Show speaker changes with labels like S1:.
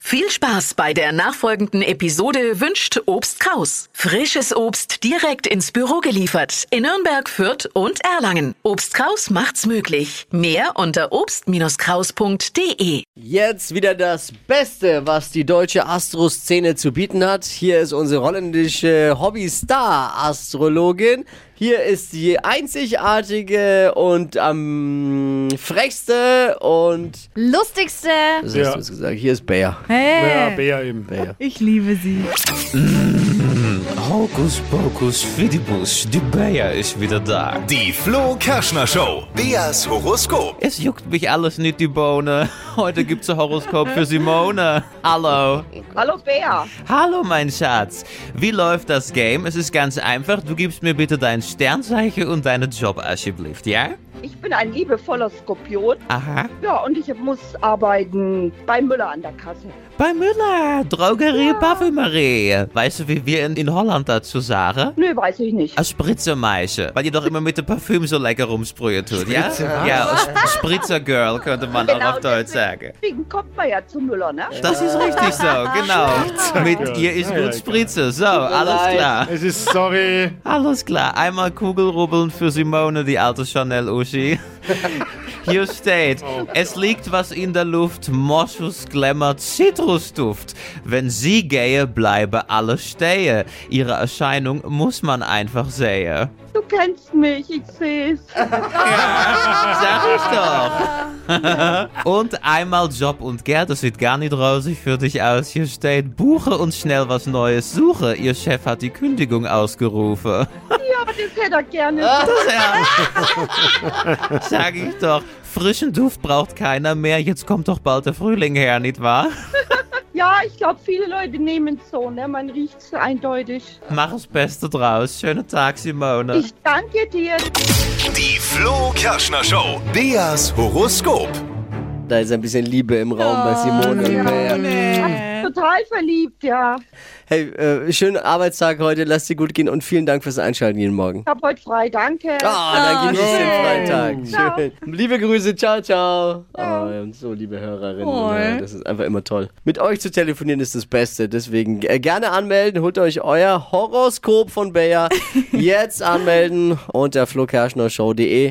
S1: Viel Spaß bei der nachfolgenden Episode wünscht Obst Kraus. Frisches Obst direkt ins Büro geliefert in Nürnberg, Fürth und Erlangen. Obst Kraus macht's möglich. Mehr unter obst-kraus.de.
S2: Jetzt wieder das Beste, was die deutsche Astro-Szene zu bieten hat. Hier ist unsere holländische Hobby-Star-Astrologin. Hier ist die einzigartige und am frechste und.
S3: Lustigste.
S2: Was
S4: Ja.
S2: hast du jetzt gesagt? Hier ist Bär.
S4: Ja,
S3: Hey.
S4: Bea eben.
S3: ich liebe sie.
S5: Hocus pocus fidibus, die Bea ist wieder da.
S6: Die Flo Kerschner Show. Beas Horoskop.
S5: Es juckt mich alles nicht, die Bohne. Heute gibt's ein Horoskop für Simone. Hallo.
S7: Hallo Bea.
S5: Hallo, mein Schatz. Wie läuft das Game? Es ist ganz einfach. Du gibst mir bitte dein Sternzeichen und deinen Job, alsjeblieft, ja?
S7: Ich bin ein liebevoller Skorpion.
S5: Aha.
S7: Ja, und ich muss arbeiten bei Müller an der Kasse.
S5: Bei Müller, Drogerie, Parfümerie. Weißt du, wie wir in, in Holland dazu sagen?
S7: Nö, weiß ich nicht.
S5: Ein Spritzermeische, weil ihr doch immer mit dem Parfüm so lecker rumsprühen tut, ja? Ja, Sp- Spritzergirl könnte man auch auf Deutsch sagen.
S7: Deswegen kommt man ja zu Müller, ne?
S5: Das ist richtig so, genau. Mit ihr ist
S4: Ja, ja, genau.
S5: gut Spritze. So, alles klar.
S4: Es ist sorry.
S5: Alles klar. Einmal Kugelrubbeln für Simone, die alte Chanel-Uschi. Hier steht,
S4: Oh.
S5: es liegt was in der Luft, Moschus, Glamour, Zitrusduft. Wenn sie gehe, bleibe alle stehe. Ihre Erscheinung muss man einfach sehen.
S7: Du kennst mich, ich seh's.
S5: Sag ich doch. und einmal Job und Geld, das sieht gar nicht rosig für dich aus. Hier steht, buche und schnell was Neues suche. Ihr Chef hat die Kündigung ausgerufen.
S7: Ja, das hätte er gerne.
S5: Das ja. Sag ich doch. Frischen Duft braucht keiner mehr. Jetzt kommt doch bald der Frühling her, nicht wahr?
S7: Ja, ich glaube, viele Leute nehmen es so, ne? Man riecht's eindeutig.
S5: Mach das Beste draus. Schönen Tag, Simone.
S7: Ich danke dir.
S6: Die Flo Kerschner Show. Beas Horoskop.
S2: Da ist ein bisschen Liebe im Raum bei Simone und Bär.
S7: Total verliebt, ja.
S2: Hey, äh, schönen Arbeitstag heute. Lass dir gut gehen und vielen Dank fürs Einschalten jeden Morgen.
S7: Ich hab heute frei, danke.
S2: Ah, dann genieß den
S4: schön.
S2: Freitag. Schön. Liebe Grüße, ciao, ciao. Oh, wir haben so liebe Hörerinnen und Hörer, das ist einfach immer toll. Mit euch zu telefonieren ist das Beste, deswegen äh, gerne anmelden, holt euch euer Horoskop von Bayer. Jetzt anmelden unter flokerschnershow.de